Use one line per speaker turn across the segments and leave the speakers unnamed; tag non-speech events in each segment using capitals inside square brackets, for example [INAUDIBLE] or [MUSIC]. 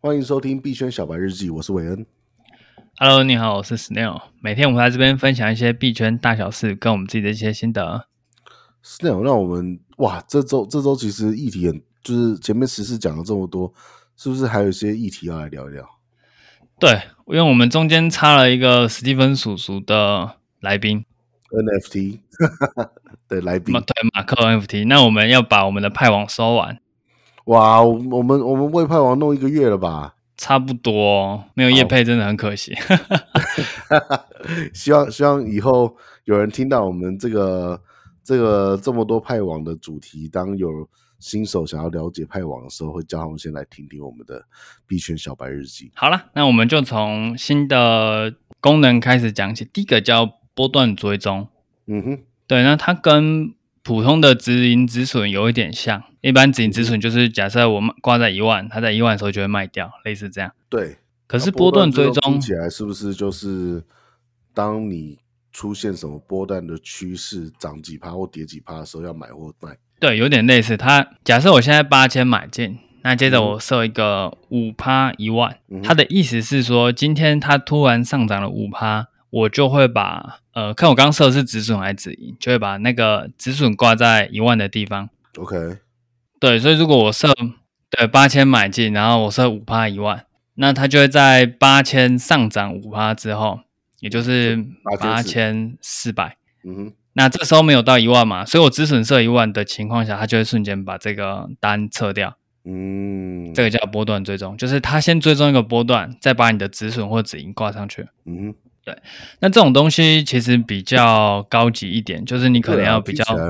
欢迎收听《币圈小白日记》，我是韦恩。
Hello，你好，我是 Snail。每天我们在这边分享一些币圈大小事，跟我们自己的一些心得。
Snail，那我们哇，这周这周其实议题很，就是前面时事讲了这么多，是不是还有一些议题要来聊一聊？
对，因为我们中间插了一个史蒂芬叔叔的来宾，
NFT [LAUGHS] 对来宾
马，对马克 NFT。那我们要把我们的派网收完，
哇，我我们我们为派王弄一个月了吧？ [LAUGHS]
差不多没有叶配真的很可惜。 [LAUGHS]
希望希望以后有人听到我们这个这个这么多派网的主题，当有新手想要了解派网的时候，会叫他们先来听听我们的币圈小白日记。
好了，那我们就从新的功能开始讲起。第一个叫波段追踪，
嗯哼，
对，那它跟普通的止盈止损有一点像。一般止盈止损就是假设我卖挂在一万，它在一万的时候就会卖掉，类似这样。
对。
可
那
是啊波段追
听
踪，
起来是不是就是当你出现什么波段的趋势涨几趴或跌几趴的时候要买或卖？
对，有点类似。它假设我现在八千买进，那接着
嗯
我设一个五趴一万
嗯哼，
它的意思是说，今天它突然上涨了五趴，我就会把呃，看我刚设的是止损还是止盈，就会把那个止损挂在一万的地方。
？OK，
对，所以如果我设对八千买进，然后我设五趴一万，那它就会在八千上涨五趴之后，也就是八千四百。
嗯哼，
那这时候没有到一万嘛，所以我止损设一万的情况下，它就会瞬间把这个单撤掉。
嗯，
这个叫波段追踪，就是它先追踪一个波段，再把你的止损或止盈挂上去。
嗯哼，
那这种东西其实比较高级一点，就是你可能
对啊
要比较
听起来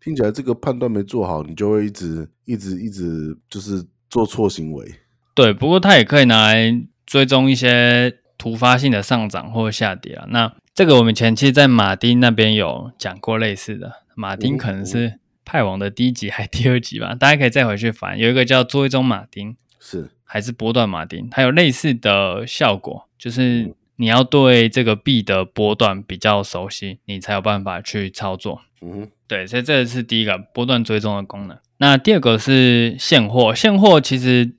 听起来这个判断没做好，你就会一直一直一直就是做错行为。
对，不过它也可以拿来追踪一些突发性的上涨或下跌啊。那这个我们前期在马丁那边有讲过类似的，马
嗯
丁可能是派网的第一集还第二集吧，大家可以再回去翻。有一个叫追踪马丁
是，
还是波段马丁，它有类似的效果，就是你要对这个币的波段比较熟悉，你才有办法去操作。
嗯哼，
对，所以这是第一个波段追踪的功能。那第二个是现货，现货其实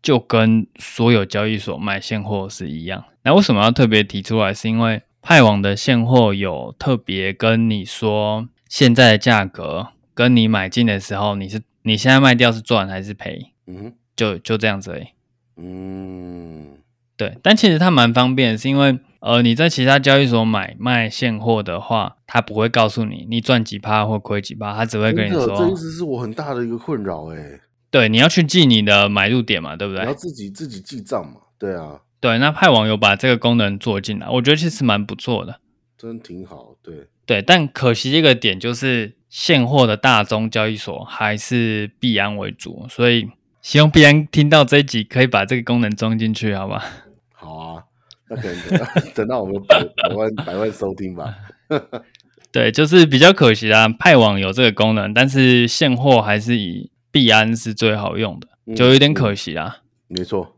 就跟所有交易所卖现货是一样。那为什么要特别提出来？是因为派网的现货有特别跟你说现在的价格，跟你买进的时候你是你现在卖掉是赚还是赔，
嗯哼，
就就这样子而已。
嗯，
对，但其实它蛮方便的，是因为呃你在其他交易所买卖现货的话，它不会告诉你你赚几趴或亏几趴，它只会
真
跟你
的，
说
这一直是我很大的一个困扰哎、
对，你要去记你的买入点嘛，对不
你要
对？
自己自己记账嘛，对啊，
对，那派网友把这个功能做进来，我觉得其实蛮不错的。
真挺好，对，
对，但可惜一个点就是现货的大宗交易所还是币安为主，所以希望币安听到这一集可以把这个功能装进去，好吧？
好啊，那可能等到
[LAUGHS]
等到我们百百万百万收听吧。
对，就是比较可惜啦，派网有这个功能，但是现货还是以币安是最好用的，就有点可
惜。
惜啦。
嗯没错，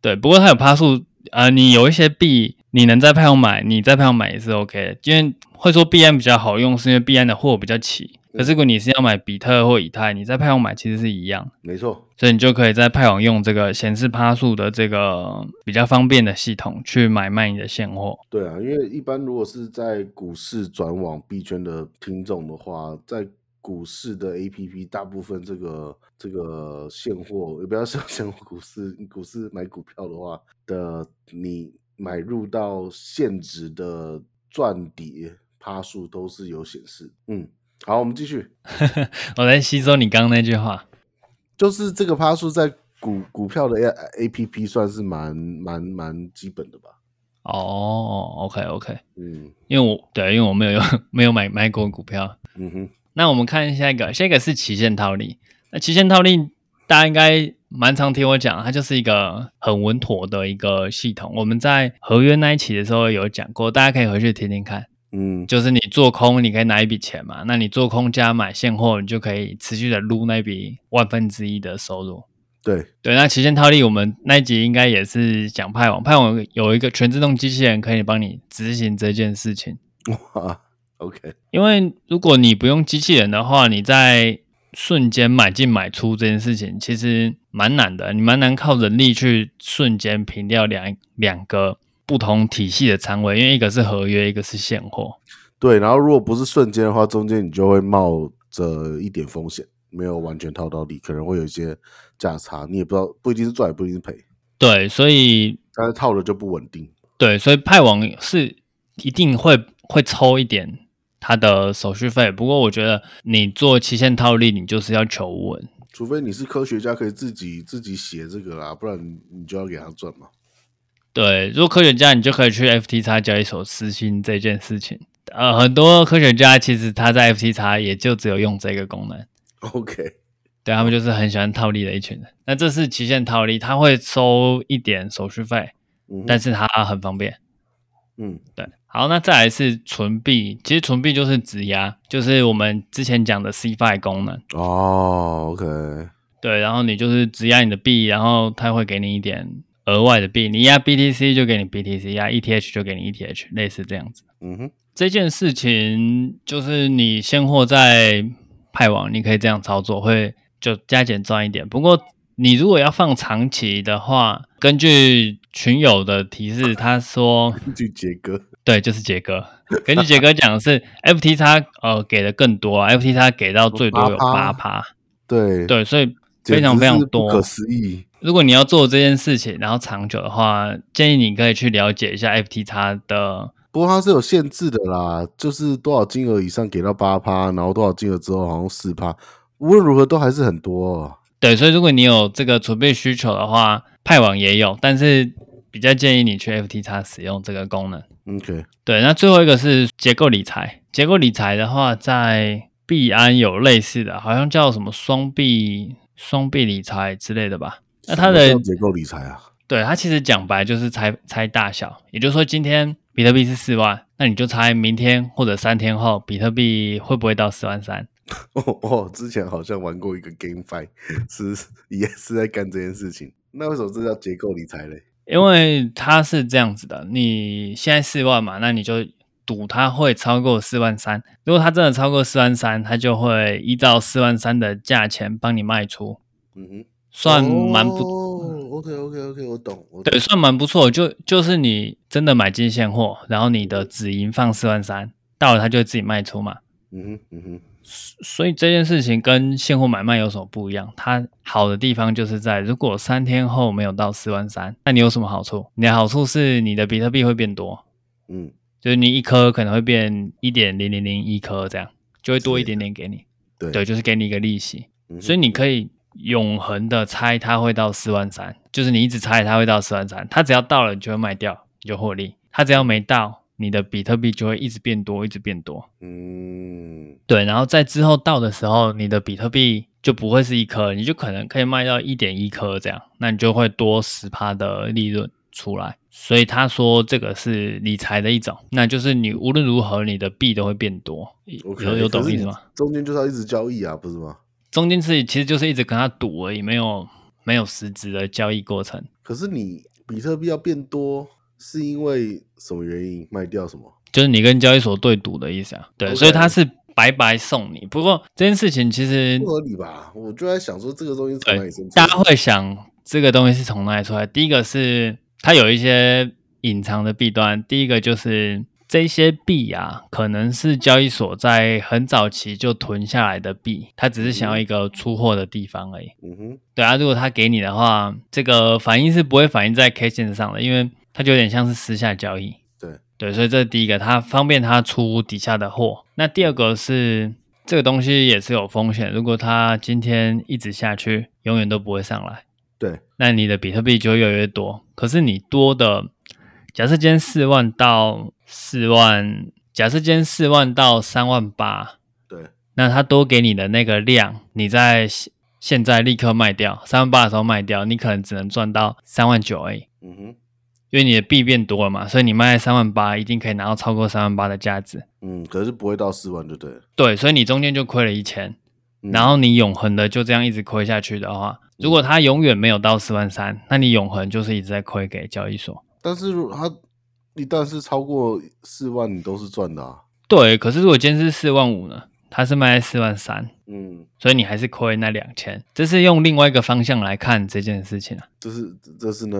对，不过它有趴数，呃，你有一些币，你能在派上买，你在派上买也是 OK 的，因为会说币安比较好用，是因为币安的货比较齐。可是如果你是要买比特或以太，你在派上买其实是一样，
没错，
所以你就可以在派网用这个显示趴数的这个比较方便的系统去买卖你的现货。
对啊，因为一般如果是在股市转往币圈的听众的话，在股市的 APP 大部分这个这个现货，也不要说现货，股市股市买股票的话的，你买入到现值的赚跌趴数都是有显示。嗯，好，我们继续。
我来吸收你刚刚那句话。
就是这个趴数在股股票的 A A P P 算是蛮蛮蛮基本的吧。
哦，OK OK，
嗯
因为我对，因为我没有用， [LAUGHS] 没有买买过股票，
嗯哼，
那我们看下一个，下一个是期限套利。那期限套利大家应该蛮常听我讲，它就是一个很稳妥的一个系统。我们在合约那一期的时候有讲过，大家可以回去听听看。
嗯，
就是你做空，你可以拿一笔钱嘛，那你做空加买现货，你就可以持续的撸那笔万分之一的收入。
对，
对，那期限套利，我们那一集应该也是讲派网，派网有一个全自动机器人可以帮你执行这件事情。
啊哇，OK，
因为如果你不用机器人的话，你在瞬间买进买出这件事情，其实蛮难的，你蛮难靠人力去瞬间平掉两两个不同体系的仓位，因为一个是合约，一个是现货。
对，然后如果不是瞬间的话，中间你就会冒着一点风险，没有完全套到底，可能会有一些价差，你也不知道，不一定是赚，也不一定是赔，
对，所以
但是套了就不稳定。
对，所以派网是一定会会抽一点它的手续费，不过我觉得你做期限套利，你就是要求稳。
除非你是科学家，可以自己自己写这个啦，不然你就要给他赚嘛。
对，如果科学家，你就可以去 FTX 交易所私信这件事情。呃，很多科学家其实他在 FTX 也就只有用这个功能，
OK，
对他们就是很喜欢套利的一群人。那这是期限套利，他会收一点手续费，
嗯哼，
但是它很方便。
嗯
对，好，那再来是存币，其实存币就是质押，就是我们之前讲的 CFI 功能。
哦，OK，
对，然后你就是质押你的币，然后它会给你一点额外的币，你押 BTC 就给你 BTC，押 ETH 就给你 ETH，类似这样子。
嗯哼，
这件事情就是你现货在派网，你可以这样操作，会就加减赚一点。不过你如果要放长期的话，根据群友的提示，他说。
去杰哥，
对，就是杰哥。根据杰哥讲的是 FT 叉呃给的更多啊，FT 叉给到最多有八
8%
趴，
对，
对，所以
简
非常
直
非常
是不可
多。
思议。
如果你要做这件事情，然后长久的话，建议你可以去了解一下 FT 叉的，
不过它是有限制的啦，就是多少金额以上给到八趴，然后多少金额之后好像四趴，无论如何都还是很多哦、
对，所以如果你有这个储备需求的话，派网也有，但是比较建议你去 FT 叉使用这个功能。
OK，
对，那最后一个是结构理财。结构理财的话，在币安有类似的，好像叫什么双币双币理财之类的吧。那它
什
的
么叫结构理财啊， [LAUGHS]
对它其实讲白就是猜猜大小，也就是说今天比特币是四万，那你就猜明天或者三天后比特币会不会到四万三？
哦哦，之前好像玩过一个 GameFi，是也是在干这件事情。那为什么这叫结构理财嘞？
因为它是这样子的，你现在四万嘛，那你就赌它会超过四万三。如果它真的超过四万三，它就会依照四万三的价钱帮你卖出。
嗯哼，
算蛮不、
哦，OK OK OK，我懂，我懂
对，算蛮不错。就就是你真的买进现货，然后你的止盈放四万三，到了它就会自己卖出嘛。
嗯哼嗯哼，
所以这件事情跟现货买卖有什么不一样？它好的地方就是在，如果三天后没有到四万三，那你有什么好处？你的好处是你的比特币会变多，
嗯，
就是你一颗可能会变一点零零零一颗这样，就会多一
之类
点点给你。
对
对，就是给你一个利息。
嗯哼
所以你可以永恒的猜它会到四万三，就是你一直猜它会到四万三，它只要到了你就会卖掉，你就获利；它只要没到，你的比特币就会一直变多，一直变多。
嗯
对，然后在之后到的时候，你的比特币就不会是一颗，你就可能可以卖到一点一颗这样，那你就会多十趴的利润出来。所以他说这个是理财的一种，那就是你无论如何你的币都会变多，
，OK，
有有懂意思吗？？
中间就是要一直交易啊，不是吗？
中间是其实就是一直跟他赌而已，没有没有实质的交易过程，
可是你比特币要变多，是因为什么原因卖掉什么？
就是你跟交易所对赌的意思啊。对
OK
所以他是白白送你。不过这件事情其实
不合理吧？我就在想说这个东西是从哪
对
里生出
大
来
家
的？
会想这个东西是从哪里出来？第一个是它有一些隐藏的弊端，第一个就是。这些币啊，可能是交易所在很早期就囤下来的币，它只是想要一个出货的地方而已。
嗯哼，
对啊，如果他给你的话，这个反应是不会反映在 K 线上的，因为它就有点像是私下交易。
对
对，所以这是第一个，它方便他出底下的货。那第二个是这个东西也是有风险，如果它今天一直下去，永远都不会上来，
对，
那你的比特币就会越来越多。可是你多的，假设今天四万到四万，假设今天四万到三万八，
对，
那他多给你的那个量，你在现现在立刻卖掉，三万八的时候卖掉，你可能只能赚到三万九而已，
嗯哼，
因为你的币变多了嘛，所以你卖三万八一定可以拿到超过三万八的价值。
嗯，可是不会到四万就对了。
对，所以你中间就亏了一千，
嗯
然后你永恒的就这样一直亏下去的话，如果它永远没有到四万三，那你永恒就是一直在亏给交易所。
但是如它一旦是超过四万，你都是赚的啊。
对，可是如果今天是四万五呢？它是卖四万三，
嗯，
所以你还是亏那两千。这是用另外一个方向来看这件事情啊。
这是这是呢，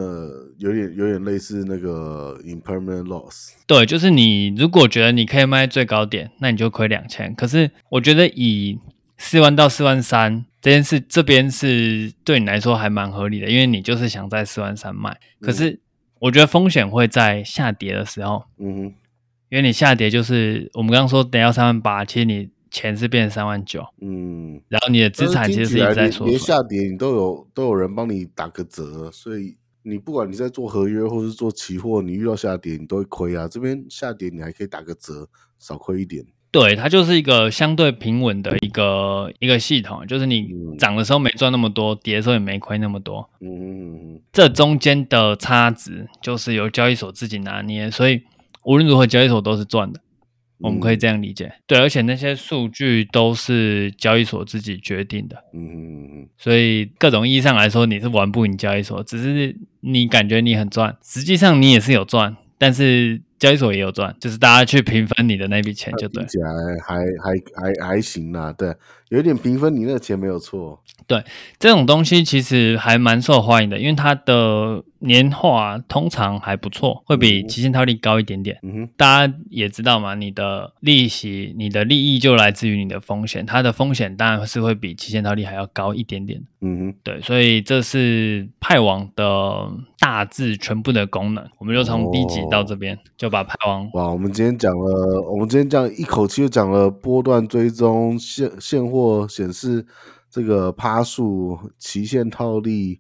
有点有点类似那个 impermanent loss，
对，就是你如果觉得你可以卖最高点，那你就亏两千。可是我觉得以四万到四万三这件事，这边是对你来说还蛮合理的，因为你就是想在四万三卖。
嗯
可是我觉得风险会在下跌的时候，
嗯哼，
因为你下跌就是我们刚刚说等要三万八，其实你钱是变三万九，
嗯，
然后你的资产其实是一直在
但是听起来
缩
连连
水。
下跌你都有都有人帮你打个折，所以你不管你在做合约或是做期货，你遇到下跌你都会亏啊。这边下跌你还可以打个折，少亏一点。
对，它就是一个相对平稳的一个一个系统，就是你
嗯
涨的时候没赚那么多，跌的时候也没亏那么多。
嗯哼嗯
这中间的差值就是由交易所自己拿捏，所以无论如何交易所都是赚的，我们可以这样理解。对，而且那些数据都是交易所自己决定的，
哼嗯哼嗯哼
所以各种意义上来说，你是玩不赢交易所，只是你感觉你很赚，实际上你也是有赚，但是交易所也有赚，就是大家去平分你的那笔钱就对
嗯听
了。
起来还还还还行啦，对，有一点平分你那个钱没有错，
这种东西其实还蛮受欢迎的，因为它的年化通常还不错，会比
嗯
期限套利高一点点。
嗯哼，
大家也知道嘛，你的利息、你的利益就来自于你的风险，它的风险当然是会比期限套利还要高一点点。
嗯哼，
对，所以这是派网的大致全部的功能，我们就从 B 级到这边、就把派网
哇，我们今天讲了，我们今天这样一口气就讲了波段追踪、现现货显示、这个趴数、期限套利、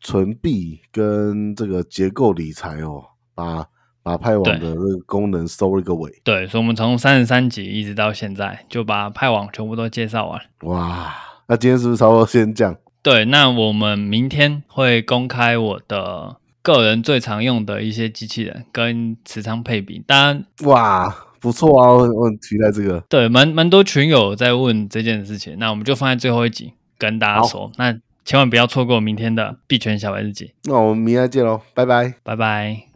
存币跟这个结构理财哦，把把派网
对
的这个功能收了一个尾，
对，所以我们从三十三集一直到现在就把派网全部都介绍完。
哇，那今天是不是差不多先这样？
对，那我们明天会公开我的个人最常用的一些机器人跟持仓配比，当然
哇，不错啊，我我很期待这个。
对，蛮蛮多群友在问这件事情，那我们就放在最后一集跟大家说。那千万不要错过明天的币圈小白日记，
那我们明天再见喽，拜拜。
拜拜。